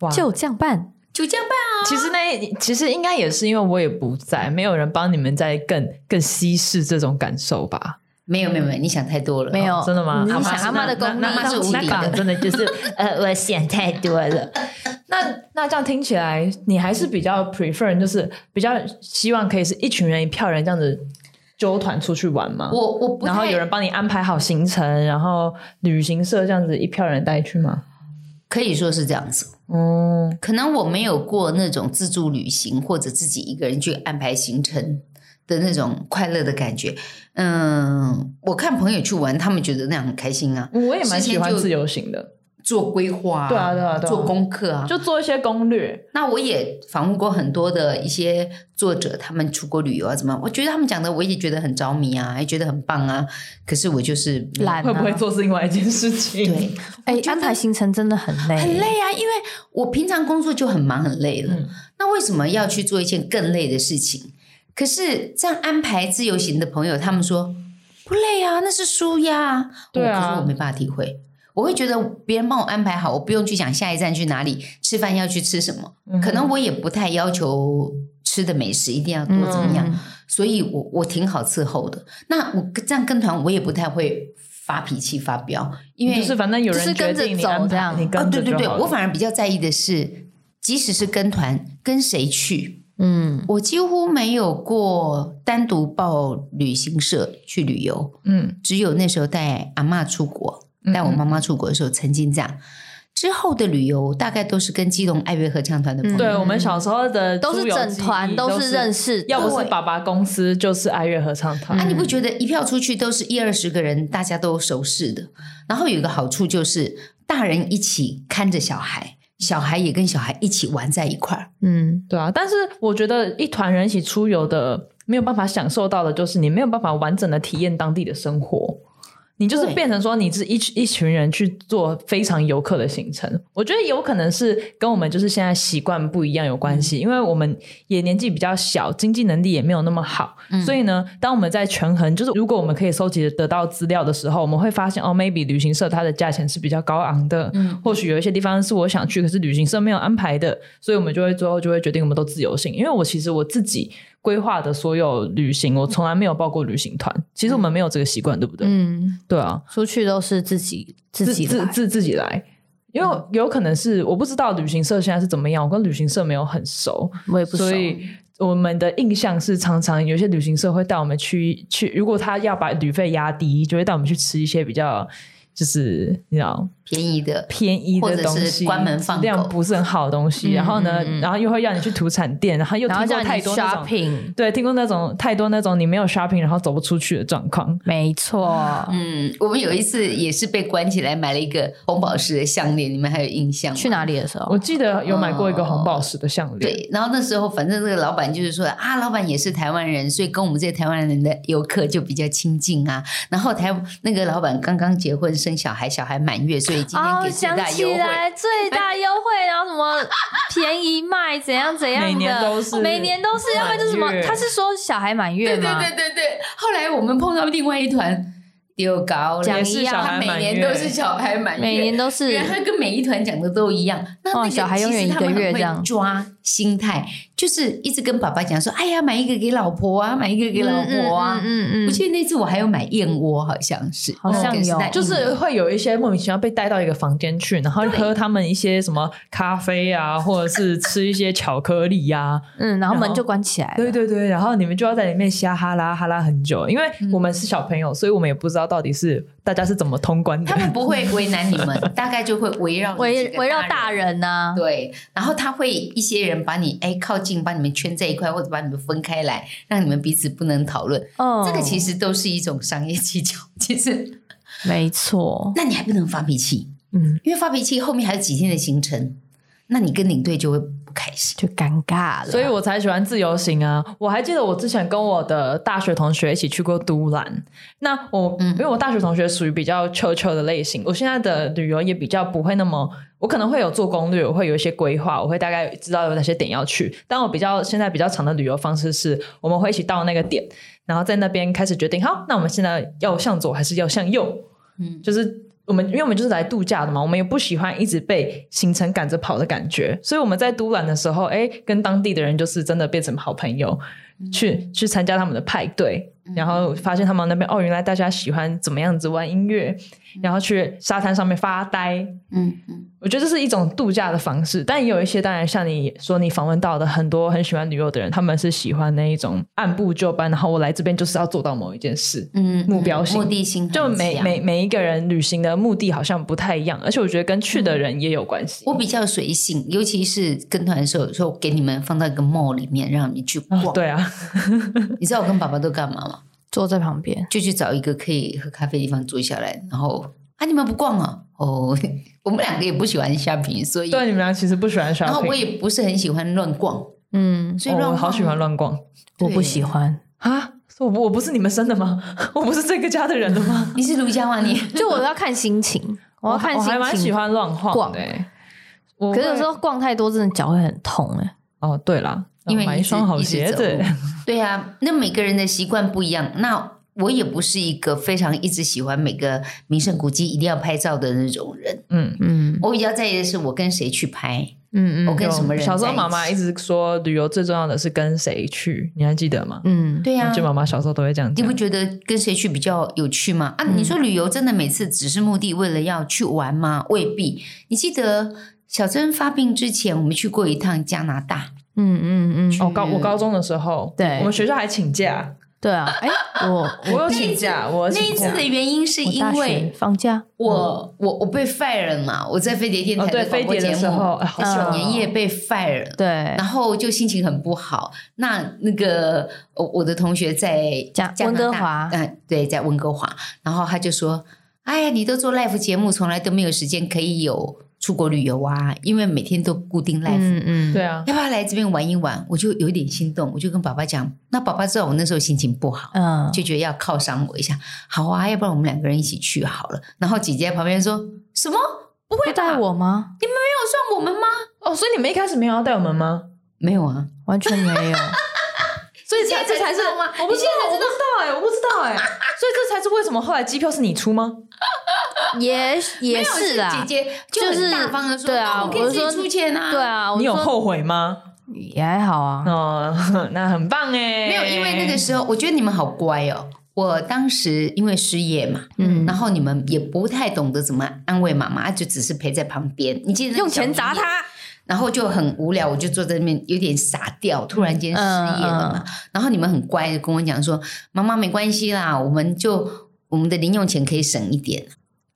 Speaker 2: 哇，
Speaker 3: 就这样办，
Speaker 1: 就这样办。
Speaker 2: 其实那其实应该也是因为我也不在，没有人帮你们在更更稀释这种感受吧？
Speaker 1: 没有没有没有，你想太多了。
Speaker 3: 没有
Speaker 1: 哦
Speaker 2: 真的吗？
Speaker 3: 你
Speaker 1: 阿嬷
Speaker 3: 想
Speaker 1: 是
Speaker 3: 阿妈的功力
Speaker 1: 那那那是无敌
Speaker 2: 那
Speaker 1: 的。
Speaker 2: 真的就是呃，我想太多了。那那这样听起来，你还是比较 prefer，就是比较希望可以是一群人、一票人这样子揪团出去玩吗？
Speaker 1: 我我不
Speaker 2: 然后
Speaker 1: 太
Speaker 2: 有人帮你安排好行程，然后旅行社这样子一票人带去吗？
Speaker 1: 可以说是这样子，
Speaker 2: 哦、
Speaker 1: 可能我没有过那种自助旅行或者自己一个人去安排行程的那种快乐的感觉。嗯，我看朋友去玩，他们觉得那样很开心啊，
Speaker 2: 我也蛮喜
Speaker 1: 事先
Speaker 2: 欢
Speaker 1: 就
Speaker 2: 自由行的，
Speaker 1: 做规划、
Speaker 2: 对啊对啊对啊
Speaker 1: 做功课啊。
Speaker 2: 就做一些攻略。
Speaker 1: 那我也访问过很多的一些作者，他们出国旅游啊，怎么样？我觉得他们讲的我也觉得很着迷啊，也觉得很棒啊。可是我就是没有
Speaker 3: 懒啊
Speaker 2: 会不会做是另外一件事情？
Speaker 1: 对，
Speaker 3: 哎
Speaker 1: 我，觉得
Speaker 3: 安排行程真的很累，
Speaker 1: 很累啊，因为我平常工作就很忙很累了，
Speaker 2: 嗯
Speaker 1: 那为什么要去做一件更累的事情？可是这样安排自由行的朋友，他们说不累啊，那是舒压啊。
Speaker 2: 对啊
Speaker 1: 我可是我没办法体会，我会觉得别人帮我安排好，我不用去想下一站去哪里，吃饭要去吃什么，
Speaker 2: 嗯
Speaker 1: 可能我也不太要求吃的美食一定要多怎么样，
Speaker 3: 嗯
Speaker 1: 所以我我挺好伺候的。那我这样跟团，我也不太会发脾气发飙，因为
Speaker 2: 就是反正有
Speaker 3: 就是
Speaker 2: 人决
Speaker 3: 跟着
Speaker 2: 定你
Speaker 3: 走
Speaker 2: 安
Speaker 3: 这
Speaker 2: 排，
Speaker 3: 样
Speaker 2: 你跟着
Speaker 1: 啊哦对对
Speaker 2: 就
Speaker 1: 对，
Speaker 2: 好了
Speaker 1: 我反而比较在意的是，即使是跟团，跟谁去，
Speaker 3: 嗯，
Speaker 1: 我几乎没有过单独报旅行社去旅游，
Speaker 2: 嗯
Speaker 1: 只有那时候带阿嬷出国，
Speaker 2: 嗯
Speaker 1: 带我妈妈出国的时候，曾经这样。之后的旅游大概都是跟基隆爱乐合唱团的朋友。
Speaker 2: 对我们小时候的
Speaker 3: 都是
Speaker 2: 出游
Speaker 3: 整
Speaker 2: 记忆
Speaker 3: 团
Speaker 2: 都
Speaker 3: 都是认识的，
Speaker 2: 要不是爸爸公司，就是爱乐合唱团。
Speaker 1: 啊，你不
Speaker 3: 嗯
Speaker 1: 觉得一票出去都是一二十个人，大家都熟识的？然后有一个好处就是，大人一起看着小孩，小孩也跟小孩一起玩在一块儿。
Speaker 3: 嗯，
Speaker 2: 对啊，但是我觉得一团人一起出游的，没有办法享受到的，就是你没有办法完整的体验当地的生活。你就是
Speaker 1: 对
Speaker 2: 变成说，你是一群一群人去做非常游客的行程。我觉得有可能是跟我们就是现在习惯不一样有关系，因为我们也年纪比较小，经济能力也没有那么好，所以呢，当我们在权衡，就是如果我们可以收集得到资料的时候，我们会发现哦，maybe 旅行社它的价钱是比较高昂的，
Speaker 1: 嗯
Speaker 2: 或许有一些地方是我想去，可是旅行社没有安排的，所以我们就会最后就会决定我们都自由行。因为我其实我自己规划的所有旅行，我从来没有报过旅行团。其实我们没有这个习惯，对不对？
Speaker 3: 嗯，
Speaker 2: 对啊，
Speaker 3: 出去都是自己自
Speaker 2: 自
Speaker 3: 己
Speaker 2: 自
Speaker 3: 来，嗯
Speaker 2: 自自己来。因为有可能是我不知道旅行社现在是怎么样，我跟旅行社没有很熟，
Speaker 3: 我也不熟
Speaker 2: 所以我们的印象是常常有些旅行社会带我们去去，如果他要把旅费压低，就会带我们去吃一些比较就是你知道
Speaker 1: 便宜的，
Speaker 2: 便宜
Speaker 1: 或
Speaker 2: 的
Speaker 1: 者
Speaker 2: 东
Speaker 1: 是
Speaker 2: 西，
Speaker 1: 关门放
Speaker 2: 质量
Speaker 1: 狗
Speaker 2: 不是很好的东西。
Speaker 3: 嗯
Speaker 2: 然后呢，
Speaker 3: 嗯嗯
Speaker 2: 然后又会让你去土产店，然后又听
Speaker 3: 然后
Speaker 2: 过
Speaker 3: 叫你
Speaker 2: 太多那种，
Speaker 3: shopping，
Speaker 2: 对，听过那种太多那种你没有 shopping 然后走不出去的状况。
Speaker 3: 没错，
Speaker 1: 嗯，我们有一次也是被关起来，买了一个红宝石的项链，你们还有印象吗？
Speaker 3: 去哪里的时
Speaker 2: 我
Speaker 3: 候，
Speaker 2: 记得有买过一个
Speaker 3: 哦
Speaker 2: 红宝石的项链，
Speaker 1: 对，然后那时候反正那个老板就是说啊，老板也是台湾人，所以跟我们这些台湾人的游客就比较亲近啊。然后台那个老板刚刚结婚生小孩，小孩满月，所以今天
Speaker 3: 哦，
Speaker 1: 给最
Speaker 3: 想
Speaker 1: 大
Speaker 3: 起
Speaker 1: 优惠。
Speaker 3: 来最大优惠，然后什么便宜卖，怎样怎样的，
Speaker 2: 哎每年都是
Speaker 3: 每年都是，要不然就是什
Speaker 2: 满
Speaker 3: 么，
Speaker 2: 月
Speaker 3: 他是说小孩满月
Speaker 1: 对对
Speaker 3: 吗？
Speaker 1: 对对对。后来我们碰到另外一团丢高
Speaker 3: 讲
Speaker 1: 了，
Speaker 2: 也是
Speaker 3: 一样
Speaker 2: 小
Speaker 1: 他
Speaker 2: 孩
Speaker 1: 每
Speaker 2: 满
Speaker 1: 年
Speaker 2: 月
Speaker 1: 都是小孩满月，
Speaker 3: 每年都是
Speaker 1: 对，他跟每一团讲的都一样。那那
Speaker 3: 哇
Speaker 1: 个
Speaker 3: 小孩永远
Speaker 1: 其实他们
Speaker 3: 一个月
Speaker 1: 很会
Speaker 3: 这样
Speaker 1: 抓心态，就是一直跟爸爸讲说：“哎呀，买一个给老婆啊，买一个给老婆啊。
Speaker 3: 嗯嗯嗯嗯
Speaker 1: 我记得那次我还有买燕窝，好像是，
Speaker 3: 好像
Speaker 1: 跟时代
Speaker 3: 有
Speaker 2: 就
Speaker 1: 一模一
Speaker 2: 是
Speaker 1: 样
Speaker 2: 会有一些莫名其妙被带到一个房间去，然后喝他们一些什么咖啡啊，或者是吃一些巧克力呀、
Speaker 3: 嗯，然后
Speaker 2: 然
Speaker 3: 门
Speaker 2: 后
Speaker 3: 就关起来了，
Speaker 2: 对对对，然后你们就要在里面瞎哈拉哈拉很久，因为我们是小朋友，所以我们也不知道到底是大家是怎么通关的
Speaker 1: 他。们不会为难你 们，大概就会围绕着
Speaker 3: 围
Speaker 1: 几个
Speaker 3: 围绕大。人啊呐、
Speaker 1: 对，然后他会一些人把你哎靠近，把你们圈在一块，或者把你们分开来，让你们彼此不能讨论。
Speaker 3: 嗯，
Speaker 1: 这个
Speaker 2: 哦
Speaker 1: 其实都是一种商业技巧。其实，
Speaker 3: 没错，
Speaker 1: 那你还不能发脾气，
Speaker 3: 嗯，
Speaker 1: 因为发脾气后面还有几天的行程，那你跟领队就会不开心。
Speaker 3: 就尴尬了。
Speaker 2: 所以我才喜欢自由行啊！我还记得我之前跟我的大学同学一起去过都兰。那我、
Speaker 1: 嗯
Speaker 2: 因为我大学同学属于比较 chill chill 的类型，我现在的旅游也比较不会那么，我可能会有做攻略，我会有一些规划，我会大概知道有哪些点要去。但我比较现在比较常的旅游方式是，我们会一起到那个点，然后在那边开始决定，好，那我们现在要向左还是要向右？
Speaker 1: 嗯
Speaker 2: 就是我们，因为我们就是来度假的嘛，我们也不喜欢一直被行程赶着跑的感觉，所以我们在都兰的时候，哎，跟当地的人就是真的变成好朋友，
Speaker 1: 嗯
Speaker 2: 去去参加他们的派对，然后发现他们那边哦，原来大家喜欢怎么样子玩音乐，然后去沙滩上面发呆，
Speaker 1: 嗯嗯，
Speaker 2: 我觉得这是一种度假的方式，但也有一些，当然像你说，你访问到的很多很喜欢旅游的人，他们是喜欢那一种按部就班，然后我来这边就是要做到某一件事，
Speaker 1: 嗯
Speaker 2: 目标性
Speaker 1: 目的性
Speaker 2: 就
Speaker 1: 很
Speaker 2: 每
Speaker 1: 强
Speaker 2: 每每一个人旅行的目的好像不太一样，而且我觉得跟去的人也有关系。
Speaker 1: 嗯我比较随性，尤其是跟团的时候，有时候给你们放到一个 mall 里面，让你去逛。
Speaker 2: 哦对啊，
Speaker 1: 你知道我跟爸爸都干嘛吗？
Speaker 3: 坐在旁边，
Speaker 1: 就去找一个可以喝咖啡的地方坐下来，然后啊，你们不逛啊？哦， 我们两个也不喜欢 shopping，所以
Speaker 2: 对啊你们俩其实不喜欢 shopping，
Speaker 1: 然后我也不是很喜欢乱逛，
Speaker 3: 嗯，
Speaker 1: 所以
Speaker 2: 哦
Speaker 1: 乱逛、啊
Speaker 2: 我好喜欢乱逛
Speaker 3: 我不喜欢。
Speaker 2: 啊！我不我不是你们生的吗？我不是这个家的人的 吗？
Speaker 1: 你是儒家 吗？你
Speaker 3: 就我要看心情， 我要看
Speaker 2: 我
Speaker 3: 心情。
Speaker 2: 还蛮喜欢乱
Speaker 3: 逛
Speaker 2: 晃的、欸。我
Speaker 3: 可是有
Speaker 2: 会
Speaker 3: 时候逛太多，真的脚会很痛哎、
Speaker 2: 哦，对啦，
Speaker 1: 因为
Speaker 2: 买
Speaker 1: 一
Speaker 2: 一
Speaker 1: 直
Speaker 2: 双好
Speaker 1: 一直
Speaker 2: 鞋
Speaker 1: 走
Speaker 2: 子
Speaker 1: 路。对啊，那每个人的习惯不一样。那我也不是一个非常一直喜欢每个名胜古迹一定要拍照的那种人。
Speaker 2: 嗯，
Speaker 3: 嗯
Speaker 1: 我比较在意的是我跟谁去拍，
Speaker 3: 嗯
Speaker 1: 我
Speaker 3: 嗯
Speaker 1: 跟什么人
Speaker 2: 小时候
Speaker 1: 在一
Speaker 2: 妈妈
Speaker 1: 起
Speaker 2: 一直说，旅游最重要的是跟谁去，你还记得吗？
Speaker 3: 嗯，
Speaker 1: 对啊呀、
Speaker 2: 就妈妈小时候都会这样
Speaker 1: 你
Speaker 2: 讲
Speaker 1: 不。觉得跟谁去比较有趣吗？啊，
Speaker 2: 嗯
Speaker 1: 你说旅游真的每次只是目的为了要去玩吗？未必。你记得小珍发病之前，我们去过一趟加拿大，
Speaker 3: 嗯嗯嗯，
Speaker 2: 哦哦，高我高中的时候，
Speaker 3: 对
Speaker 2: 我们学校还请假，
Speaker 3: 对啊， 哎、我
Speaker 2: 我有请假，我有
Speaker 1: 那一
Speaker 2: 哦请
Speaker 1: 次
Speaker 2: 假
Speaker 1: 的。原因是
Speaker 3: 我
Speaker 1: 因
Speaker 3: 大学
Speaker 1: 为
Speaker 3: 放假，
Speaker 1: 我我我被 fire 了嘛，我在飞碟电
Speaker 2: 嗯哦，
Speaker 1: 台
Speaker 2: 对，
Speaker 1: 的广
Speaker 2: 飞
Speaker 1: 播
Speaker 2: 碟
Speaker 1: 节
Speaker 2: 的时候，
Speaker 1: 目
Speaker 2: 哎好
Speaker 1: 在小
Speaker 2: 爽
Speaker 1: 年夜被 fire 了。
Speaker 3: 对
Speaker 1: 然，后就心情很不好。那那个我我的同学在
Speaker 3: 加
Speaker 1: 加拿大
Speaker 3: 温哥华
Speaker 1: 嗯、对，在温哥华，然后他就说：“哎呀，你都做 live 节目，从来都没有时间可以有出国旅游啊，因为每天都固定 live。
Speaker 3: 嗯嗯，
Speaker 2: 对啊，
Speaker 1: 要不要来这边玩一玩？我就有点心动，我就跟爸爸讲。那爸爸知道我那时候心情不好，
Speaker 3: 嗯，
Speaker 1: 就觉得要犒赏我一下。好啊，要不然我们两个人一起去好了。然后姐姐在旁边说什么？不
Speaker 3: 不
Speaker 1: 会吧？
Speaker 3: 带
Speaker 1: 没有
Speaker 3: 我吗？
Speaker 1: 算我们吗？
Speaker 2: 哦，所以你们一开始没有要带我们吗？
Speaker 1: 没有啊。
Speaker 3: 完全没有，
Speaker 2: 所以
Speaker 1: 你现
Speaker 2: 才
Speaker 1: 在
Speaker 2: 哎这才
Speaker 1: 哎才
Speaker 2: 是
Speaker 1: 知道吗
Speaker 2: 我不知道，我不知道哎，我不知道 哎，所以这才是为什么后来机票是你出吗？
Speaker 3: 也也
Speaker 1: 没有
Speaker 3: 是啦，
Speaker 1: 姐姐就
Speaker 3: 就
Speaker 1: 很
Speaker 3: 是
Speaker 1: 大方的说，
Speaker 3: 对啊
Speaker 1: 那我可
Speaker 3: 我
Speaker 1: 以
Speaker 3: 就
Speaker 1: 自
Speaker 3: 说
Speaker 1: 己出钱啊，
Speaker 3: 对，啊，我
Speaker 2: 你有
Speaker 3: 说
Speaker 2: 后悔吗？
Speaker 3: 也还好啊，
Speaker 2: 哦， 那很棒哎。
Speaker 1: 没有，因为那个时候我觉得你们好乖哦。我当时因为失业嘛，
Speaker 3: 嗯
Speaker 1: 然后你们也不太懂得怎么安慰妈啊妈，就只是陪在旁边。你记得那个
Speaker 3: 用
Speaker 1: 小
Speaker 3: 钱砸
Speaker 1: 年夜，
Speaker 3: 他，
Speaker 1: 然后就很无聊，我就坐在那边有点傻掉，突然间失业
Speaker 3: 嗯
Speaker 1: 了嘛。然后你们很乖的跟我讲说：“妈妈没关系啦，我们就我们的零用钱可以省一点。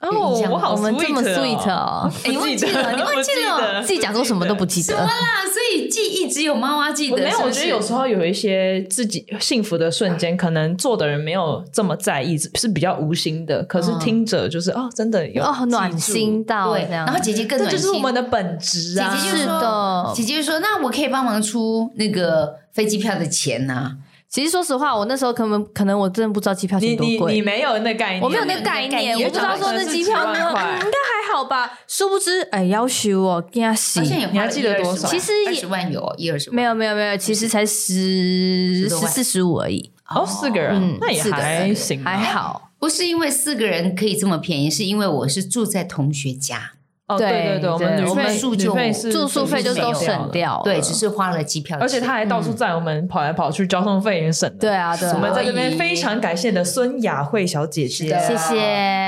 Speaker 2: 哦，
Speaker 1: 有印象吗
Speaker 2: 我好
Speaker 3: 我们这么
Speaker 2: sweet
Speaker 3: sweet
Speaker 2: 哦，
Speaker 3: 哦，
Speaker 1: 哎你忘记了你忘记了
Speaker 2: 我记得
Speaker 3: 自己讲说什么都不记得，”
Speaker 1: 啊，所以记忆只有妈妈记
Speaker 2: 我
Speaker 1: 得。
Speaker 2: 没有，
Speaker 1: 是
Speaker 2: 我
Speaker 1: 不是
Speaker 2: 觉得有时候有一些自己幸福的瞬间，可能做的人没有这么在意，是比较无心的。可是
Speaker 1: 嗯
Speaker 2: 听者就是哦，真的有
Speaker 3: 哦，暖心，到
Speaker 1: 对，
Speaker 3: 哦这样，
Speaker 1: 然后姐姐更
Speaker 2: 这
Speaker 1: 暖
Speaker 2: 就
Speaker 1: 心，
Speaker 2: 是我们的本质啊。
Speaker 1: 姐姐就是说
Speaker 3: 的，
Speaker 1: 姐姐就说：“那我可以帮忙出那个飞机票的钱呐、
Speaker 3: 其实说实话，我那时候可能可能我真的不知道机票
Speaker 2: 你
Speaker 3: 钱多
Speaker 2: 你你
Speaker 3: 贵，
Speaker 2: 没有那概念，
Speaker 3: 我没有
Speaker 1: 没
Speaker 3: 那
Speaker 1: 有
Speaker 3: 个
Speaker 1: 那个
Speaker 3: 概
Speaker 1: 概
Speaker 3: 念，
Speaker 1: 念
Speaker 3: 我不知道说那机
Speaker 2: 你
Speaker 3: 票
Speaker 2: 也
Speaker 3: 呢，
Speaker 2: 找
Speaker 3: 嗯
Speaker 2: 了可能是
Speaker 3: 应该还好吧？殊不知，哎，要许我跟他洗
Speaker 1: 好，像也花
Speaker 2: 你还
Speaker 1: 了
Speaker 2: 记得多少
Speaker 3: 其实
Speaker 1: 二
Speaker 3: 也
Speaker 1: 十万有一二十万，
Speaker 3: 没有没有没有，其实才十
Speaker 1: 十多
Speaker 3: 十
Speaker 1: 万嗯
Speaker 3: 四十五而已，
Speaker 2: 哦，四个人
Speaker 3: 嗯，
Speaker 2: 那也
Speaker 3: 是的
Speaker 2: 还行啊吧，
Speaker 3: 还好，
Speaker 1: 不是因为四个人可以这么便宜，是因为我是住在同学家，
Speaker 2: 哦，对
Speaker 3: 对
Speaker 2: 对，我们
Speaker 3: 对
Speaker 2: 旅
Speaker 1: 我们
Speaker 2: 费
Speaker 1: 住
Speaker 2: 旅
Speaker 1: 就
Speaker 2: 费是
Speaker 3: 住宿费就
Speaker 1: 没有
Speaker 3: 都
Speaker 1: 了
Speaker 3: 省掉了，
Speaker 1: 对，只是花了机票钱，
Speaker 2: 而且他还到处载我们跑来跑去，交通费也省了。
Speaker 3: 对啊对
Speaker 2: 我们
Speaker 3: 啊，
Speaker 2: 在这边非常感谢的孙雅慧小姐
Speaker 1: 是
Speaker 2: 姐
Speaker 1: 的，
Speaker 3: 谢谢，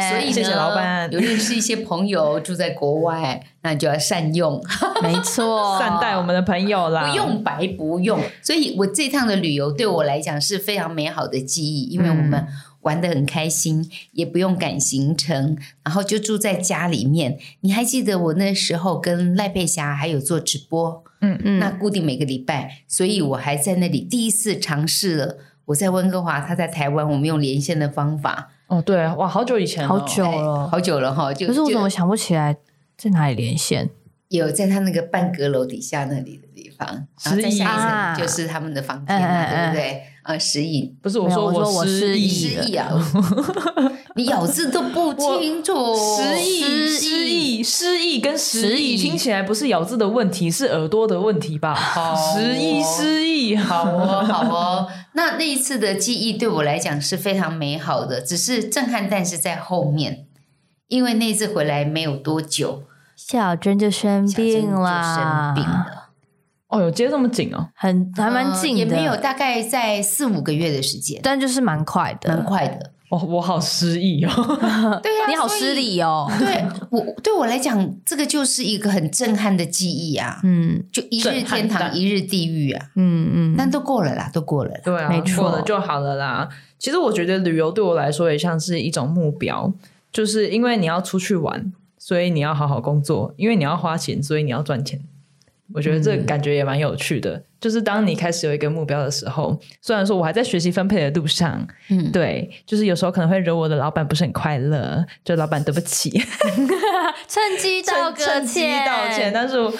Speaker 1: 所以呢
Speaker 2: 谢谢老板
Speaker 1: 有认识一些朋友住在国外，那就要善用，
Speaker 3: 没错，
Speaker 2: 善待我们的朋友啦。
Speaker 3: 啊
Speaker 1: 不用白不用。所以我这趟的旅游对我来讲是非常美好的记忆，因为我
Speaker 3: 嗯
Speaker 1: 们玩得很开心，也不用赶行程，然后就住在家里面。你还记得我那时候跟赖佩霞还有做直播，
Speaker 3: 嗯
Speaker 1: 那固定每个礼拜，所以我还在那里第一次尝试了。我在温哥华，他在台湾，我们用连线的方法，
Speaker 2: 哦，对，哇，好久以前哦，
Speaker 3: 好久
Speaker 1: 哎
Speaker 3: 了，
Speaker 1: 好久了哈。就
Speaker 3: 可是我怎么
Speaker 1: 就
Speaker 3: 想不起来在哪里连线？
Speaker 1: 有在他那个半阁楼底下那里的地方，然后再
Speaker 2: 十一
Speaker 1: 下
Speaker 3: 啊
Speaker 1: 一层就是他们的房间嘛，
Speaker 3: 嗯嗯
Speaker 1: 对
Speaker 3: 嗯
Speaker 1: 不对？呃，十一
Speaker 2: 不是我
Speaker 3: 没有
Speaker 2: 说
Speaker 3: 我说我
Speaker 2: 失
Speaker 3: 失
Speaker 1: 失
Speaker 3: 忆
Speaker 2: 忆，
Speaker 1: 忆啊，你咬字都不清楚，
Speaker 2: 失忆，
Speaker 3: 失
Speaker 2: 失忆，失忆跟失
Speaker 3: 失
Speaker 2: 忆
Speaker 3: 忆
Speaker 2: 听起来不是咬字的问题，是耳朵的问题吧？
Speaker 1: 好哦
Speaker 2: 失忆，失忆，
Speaker 1: 好
Speaker 2: 好
Speaker 1: 哦，好哦。那那一次的记忆对我来讲是非常美好的，只是震撼弹是在后面，因为那一次回来没有多久，
Speaker 3: 小珍就生
Speaker 1: 小珍
Speaker 3: 病
Speaker 1: 就
Speaker 3: 啦，
Speaker 1: 生病了，
Speaker 2: 哦，有接这么紧哦，
Speaker 3: 很还蛮近
Speaker 1: 呃也
Speaker 3: 的，
Speaker 1: 没有，大概在四五个月的时间，
Speaker 3: 但就是蛮快的，
Speaker 1: 蛮快的。
Speaker 2: 我哦我好失忆哦，
Speaker 1: 对呀、
Speaker 3: 你好
Speaker 1: 所以
Speaker 3: 失。礼哦，
Speaker 1: 对我对我来讲，这个就是一个很震撼的记忆啊，
Speaker 3: 嗯
Speaker 1: 就一日
Speaker 2: 震撼
Speaker 1: 天堂，
Speaker 2: 弹
Speaker 1: 一日地狱啊。
Speaker 3: 嗯嗯，
Speaker 1: 但都过了啦，都过了啦。
Speaker 2: 对啊，
Speaker 3: 没错
Speaker 2: 过了就好了啦。其实我觉得旅游对我来说也像是一种目标，就是因为你要出去玩，所以你要好好工作，因为你要花钱，所以你要赚钱。我觉得这感觉也蛮有趣的，就是当你开始有一个目标的时候，虽然说我还在学习分配的路上，
Speaker 1: 嗯，
Speaker 2: 对，就是有时候可能会惹我的老板不是很快乐，就老板对不起，
Speaker 3: 趁机道
Speaker 2: 趁
Speaker 3: 个
Speaker 2: 趁机
Speaker 3: 歉，
Speaker 2: 道歉。但是我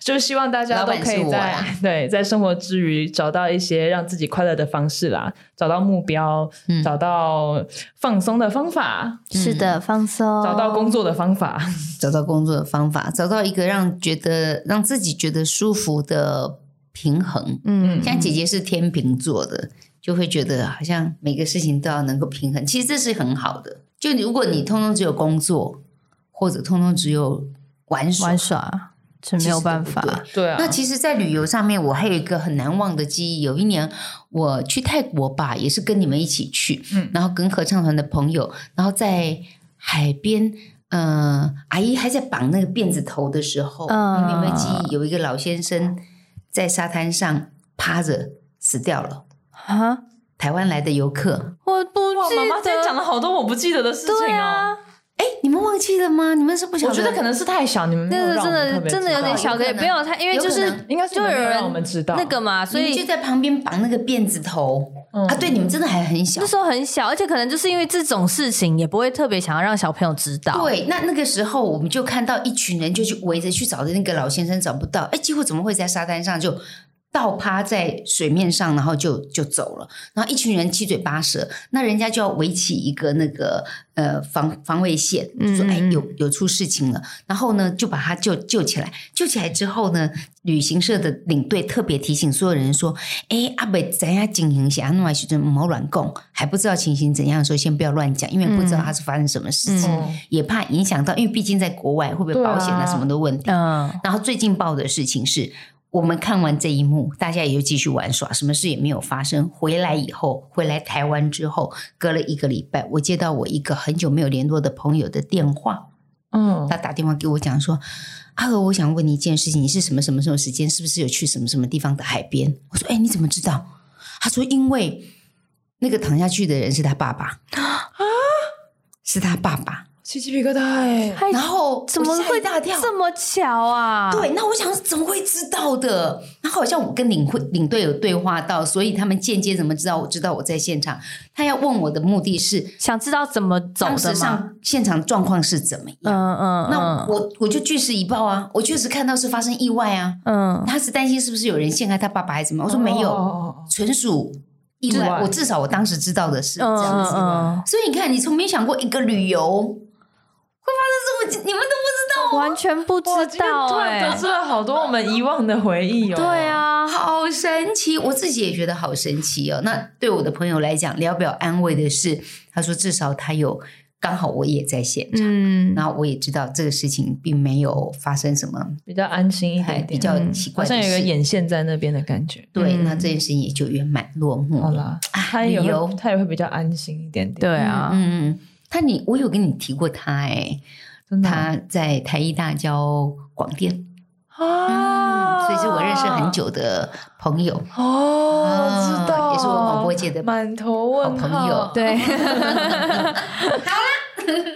Speaker 2: 就希望大家
Speaker 1: 老
Speaker 2: 都
Speaker 1: 板
Speaker 2: 可
Speaker 1: 是
Speaker 2: 以
Speaker 1: 我
Speaker 2: 在
Speaker 1: 啦
Speaker 2: 对在生活之余找到一些让自己快乐的方式啦，找到目标，
Speaker 1: 嗯
Speaker 2: 找到放松的方法，
Speaker 3: 是的，放松，
Speaker 2: 找到工作的方法。
Speaker 1: 找到工作的方法，找到一个让觉得让自己觉得舒服的平衡。
Speaker 3: 嗯，嗯，
Speaker 1: 像姐姐是天秤座的，就会觉得好像每个事情都要能够平衡，其实这是很好的。就你如果你通通只有工作，或者通通只有玩耍，
Speaker 3: 玩耍这没有办
Speaker 1: 其实都不
Speaker 3: 法，
Speaker 2: 对啊
Speaker 1: 那，其实，在旅游上面，我还有一个很难忘的记忆。有一年我去泰国吧，也是跟你们一起去，
Speaker 2: 嗯
Speaker 1: 然后跟合唱团的朋友，然后在海边，呃，阿姨还在绑那个辫子头的时候，
Speaker 3: 嗯
Speaker 1: 你们有没有记忆？有一个老先生在沙滩上趴着死掉了，
Speaker 3: 啊，
Speaker 1: 台湾来的游客。
Speaker 3: 我不
Speaker 2: 哇，
Speaker 3: 记得。
Speaker 2: 妈妈今天讲了好多我不记得的事
Speaker 3: 对
Speaker 2: 情
Speaker 3: 啊
Speaker 2: 哦。，
Speaker 1: 哎，你们忘记了吗？你们是不晓
Speaker 2: 我觉得可能是太小，你们没有
Speaker 3: 那个
Speaker 2: 让我
Speaker 3: 真
Speaker 2: 们特
Speaker 3: 的
Speaker 2: 别
Speaker 3: 真的有
Speaker 2: 知道
Speaker 3: 点
Speaker 1: 小
Speaker 3: 小，
Speaker 1: 可
Speaker 3: 可以
Speaker 1: 能
Speaker 3: 不要太，因为
Speaker 1: 有
Speaker 3: 就
Speaker 1: 可
Speaker 3: 是
Speaker 1: 能
Speaker 2: 应该是
Speaker 3: 就
Speaker 2: 没
Speaker 3: 有
Speaker 2: 有
Speaker 3: 人
Speaker 2: 让我们知道
Speaker 3: 那个嘛，所
Speaker 1: 所以就
Speaker 3: 以
Speaker 1: 在旁边绑那个辫子头、
Speaker 2: 嗯
Speaker 1: 啊。对，你们真的还很小
Speaker 3: 那。时候很小，而且可能就是因为这种事情，也不会特别想要让小朋友知道。
Speaker 1: 对，那那个时候我们就看到一群人就去围着去找的那个老先生找不到，哎，几乎怎么会在沙滩上就倒趴在水面上，然后就就走了，然后一群人七嘴八舌，那人家就要围起一个那个呃防防卫线，就说
Speaker 3: 嗯
Speaker 1: 哎
Speaker 3: 嗯
Speaker 1: 有有出事情了，然后呢就把他救救起来，救起来之后呢，旅行社的领队特别提醒所有人说，哎阿北咱要进行下，弄来许阵某软供，还不知道情形怎样的时候，先不要乱讲，因为不知道他是发生什么事情。
Speaker 2: 嗯
Speaker 1: 也怕影响到，因为毕竟在国外会不会保险啊
Speaker 2: 对啊
Speaker 1: 什么的问题。
Speaker 3: 嗯，
Speaker 1: 然后最劲爆的事情是，我们看完这一幕，大家也就继续玩耍，什么事也没有发生。回来以后，回来台湾之后，隔了一个礼拜，我接到我一个很久没有联络的朋友的电话，
Speaker 2: 嗯
Speaker 1: 他打电话给我讲说：“阿和，我想问你一件事情，你是什么什么什么时间，是不是有去什么什么地方的海边？”我说：“哎，你怎么知道？”他说：“因为那个躺下去的人是他爸爸啊，是他爸爸。”
Speaker 2: 起鸡皮疙瘩哎，
Speaker 3: 还
Speaker 1: 然后
Speaker 3: 怎么
Speaker 1: 我吓
Speaker 3: 会
Speaker 1: 一大跳？
Speaker 3: 这么巧啊？
Speaker 1: 对，那我想怎么会知道的？然后好像我跟领会领队有对话到，所以他们间接怎么知道我知道我在现场？他要问我的目的是
Speaker 3: 想知道怎么走
Speaker 1: 当
Speaker 3: 的
Speaker 1: 时
Speaker 3: 吗？
Speaker 1: 上现场状况是怎么样？
Speaker 3: 嗯嗯，
Speaker 1: 那
Speaker 3: 我
Speaker 1: 我我就据实以报啊，我确实看到是发生意外啊。
Speaker 3: 嗯
Speaker 1: 他是担心是不是有人陷害他爸爸还是怎么样？我说没有，
Speaker 2: 哦哦哦
Speaker 1: 纯属意
Speaker 2: 意
Speaker 1: 外。
Speaker 2: 外
Speaker 1: 我至少我当时知道的是
Speaker 3: 嗯
Speaker 1: 这样子。
Speaker 3: 嗯
Speaker 1: 所以你看，你从没想过一个旅游会发生这种，你们都不知欸道。
Speaker 3: 嗯，完全不知
Speaker 2: 哇今天
Speaker 3: 道
Speaker 2: 突然
Speaker 3: 哎
Speaker 2: 得，知了好多我们遗忘的回忆哦。
Speaker 3: 对，啊，
Speaker 1: 好神奇，我自己也觉得好神奇哦。那对我的朋友来讲，聊表安慰的是，他说至少他有，刚好我也在现场，
Speaker 3: 嗯，
Speaker 1: 然后我也知道这个事情并没有发生什么
Speaker 2: 比较安心一
Speaker 1: 还
Speaker 2: 点点，
Speaker 1: 哎比较奇
Speaker 2: 好
Speaker 1: 怪
Speaker 2: 像
Speaker 1: 的
Speaker 2: 有一个
Speaker 1: 事。
Speaker 2: 眼线在那边的感觉。
Speaker 1: 对，
Speaker 3: 嗯
Speaker 1: 那这件事情也就圆满落幕。
Speaker 2: 好啦，
Speaker 1: 嗯啊
Speaker 2: 他也
Speaker 1: 旅游
Speaker 2: 会，他也会比较安心一点点。
Speaker 3: 对，啊，
Speaker 1: 嗯，嗯，他你我有跟你提过他哎、
Speaker 2: 真的
Speaker 1: 他在台艺大教广电，嗯
Speaker 2: 啊，
Speaker 1: 所以是我认识很久的朋友，
Speaker 2: 哦，
Speaker 1: 啊
Speaker 2: 知道，
Speaker 1: 也是我广播界的
Speaker 2: 满头问 号
Speaker 1: 好朋友
Speaker 3: 对，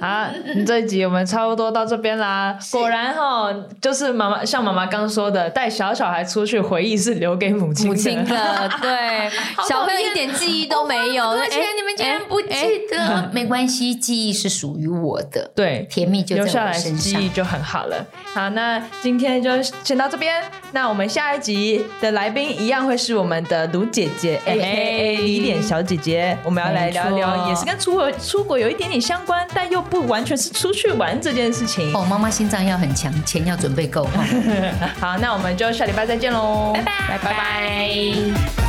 Speaker 2: 啊，这一集我们差不多到这边啦。果然哈、就是妈妈像妈妈刚说的，带小小孩出去，回忆是留给母亲
Speaker 3: 母
Speaker 2: 的。
Speaker 3: 亲的，对，小朋友一点记忆都没有，
Speaker 1: 而
Speaker 3: 哎
Speaker 1: 且你们竟然
Speaker 3: 哎
Speaker 1: 不记得， 没关系，记忆是属于我的，
Speaker 2: 对，
Speaker 1: 甜蜜就在
Speaker 2: 留下
Speaker 1: 我
Speaker 2: 来
Speaker 1: 身
Speaker 2: 记
Speaker 1: 上
Speaker 2: 忆。就很好了。好，那今天就先到这边。那我们下一集的来宾一样会是我们的卢姐姐，A
Speaker 1: 哎
Speaker 2: K A 李脸小姐姐。我们要来聊
Speaker 3: 没
Speaker 2: 聊，
Speaker 3: 错
Speaker 2: 也是跟出国出国有一点点相关，但又不完全是出去玩这件事情。
Speaker 1: 哦，妈妈心脏要很强，钱要准备够哈。
Speaker 2: 好，那我们就下礼拜再见喽，拜拜拜拜。